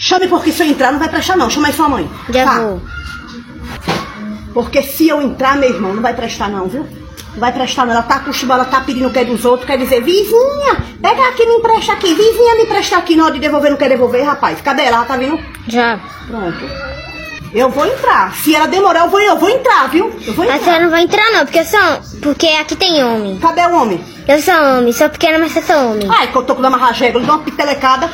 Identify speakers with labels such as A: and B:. A: Chame porque se eu entrar não vai prestar não. Chama aí sua mãe.
B: Já
A: Vá.
B: vou.
A: Porque se eu entrar, meu irmão, não vai prestar não, viu? Não vai prestar não. Ela tá acostumada, ela tá pedindo o que é dos outros, quer dizer, vizinha, pega aqui, me empresta aqui, vizinha, me empresta aqui, na hora de devolver, não quer devolver, rapaz. Cadê ela? Ela tá vindo?
B: Já.
A: Pronto. Eu vou entrar. Se ela demorar, eu vou, eu vou entrar, viu? Eu vou
B: A
A: entrar.
B: senhora não vai entrar não, porque eu sou... Porque aqui tem homem.
A: Cadê o homem?
B: Eu sou homem, sou pequena, mas eu sou homem.
A: Ai, que eu tô com uma rajega, eu dou uma pitelecada.